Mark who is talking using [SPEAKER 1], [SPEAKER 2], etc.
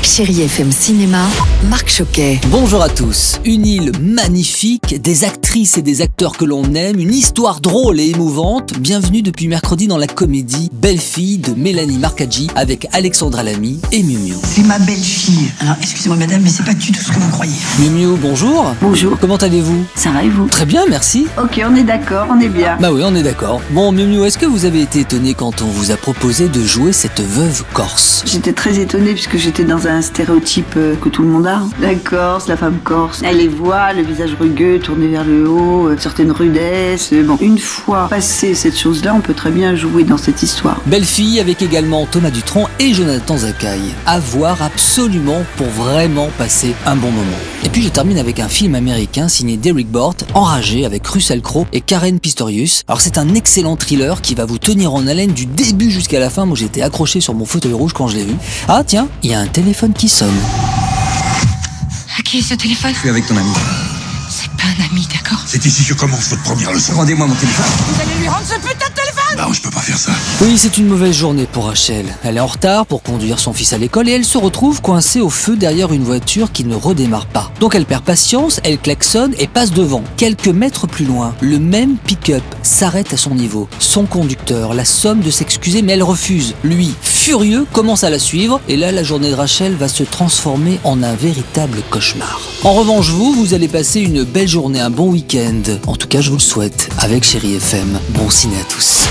[SPEAKER 1] Chérie FM Cinéma, Marc Choquet.
[SPEAKER 2] Bonjour à tous. Une île magnifique, des actrices et des acteurs que l'on aime, une histoire drôle et émouvante. Bienvenue depuis mercredi dans la comédie Belle fille de Mélanie Marcaggi avec Alexandra Lamy et Miu Miu.
[SPEAKER 3] C'est ma belle-fille. Alors, excusez-moi, madame, mais c'est pas du tout ce que vous croyez.
[SPEAKER 2] Miu Miu, bonjour.
[SPEAKER 4] Bonjour.
[SPEAKER 2] Comment allez-vous
[SPEAKER 4] Ça va et vous
[SPEAKER 2] Très bien, merci.
[SPEAKER 4] Ok, on est d'accord, on est bien.
[SPEAKER 2] Bah oui, on est d'accord. Bon, Miu Miu, est-ce que vous avez été étonné quand on vous a proposé de jouer cette veuve corse
[SPEAKER 4] J'étais très étonnée puisque j'étais dans un stéréotype euh, que tout le monde a. hein. La Corse, la femme corse, elle les voit, le visage rugueux, tourné vers le haut, euh, certaines rudesses. euh, Bon, une fois passé cette chose-là, on peut très bien jouer dans cette histoire.
[SPEAKER 2] Belle fille avec également Thomas Dutronc et Jonathan Zakaï. À voir absolument pour vraiment passer un bon moment. Et puis je termine avec un film américain signé d'Eric Bort, Enragé avec Russell Crowe et Karen Pistorius. Alors c'est un excellent thriller qui va vous tenir en haleine du début jusqu'à la fin. Moi j'étais accroché sur mon fauteuil rouge quand je l'ai vu. Ah tiens, il y a un téléphone qui sonne.
[SPEAKER 5] À qui est ce téléphone
[SPEAKER 6] Je suis avec ton ami.
[SPEAKER 5] C'est pas un ami, d'accord
[SPEAKER 6] C'est ici que commence votre première leçon. Rendez-moi mon téléphone. Vous allez lui rendre ce putain de téléphone Non, je peux pas faire ça.
[SPEAKER 2] Oui, c'est une mauvaise journée pour Rachel. Elle est en retard pour conduire son fils à l'école et elle se retrouve coincée au feu derrière une voiture qui ne redémarre pas. Donc elle perd patience, elle klaxonne et passe devant. Quelques mètres plus loin, le même pick-up s'arrête à son niveau. Son conducteur la somme de s'excuser mais elle refuse. Lui, furieux, commence à la suivre et là la journée de Rachel va se transformer en un véritable cauchemar. En revanche, vous, vous allez passer une belle journée, un bon week-end. En tout cas, je vous le souhaite avec Chérie FM. Bon ciné à tous.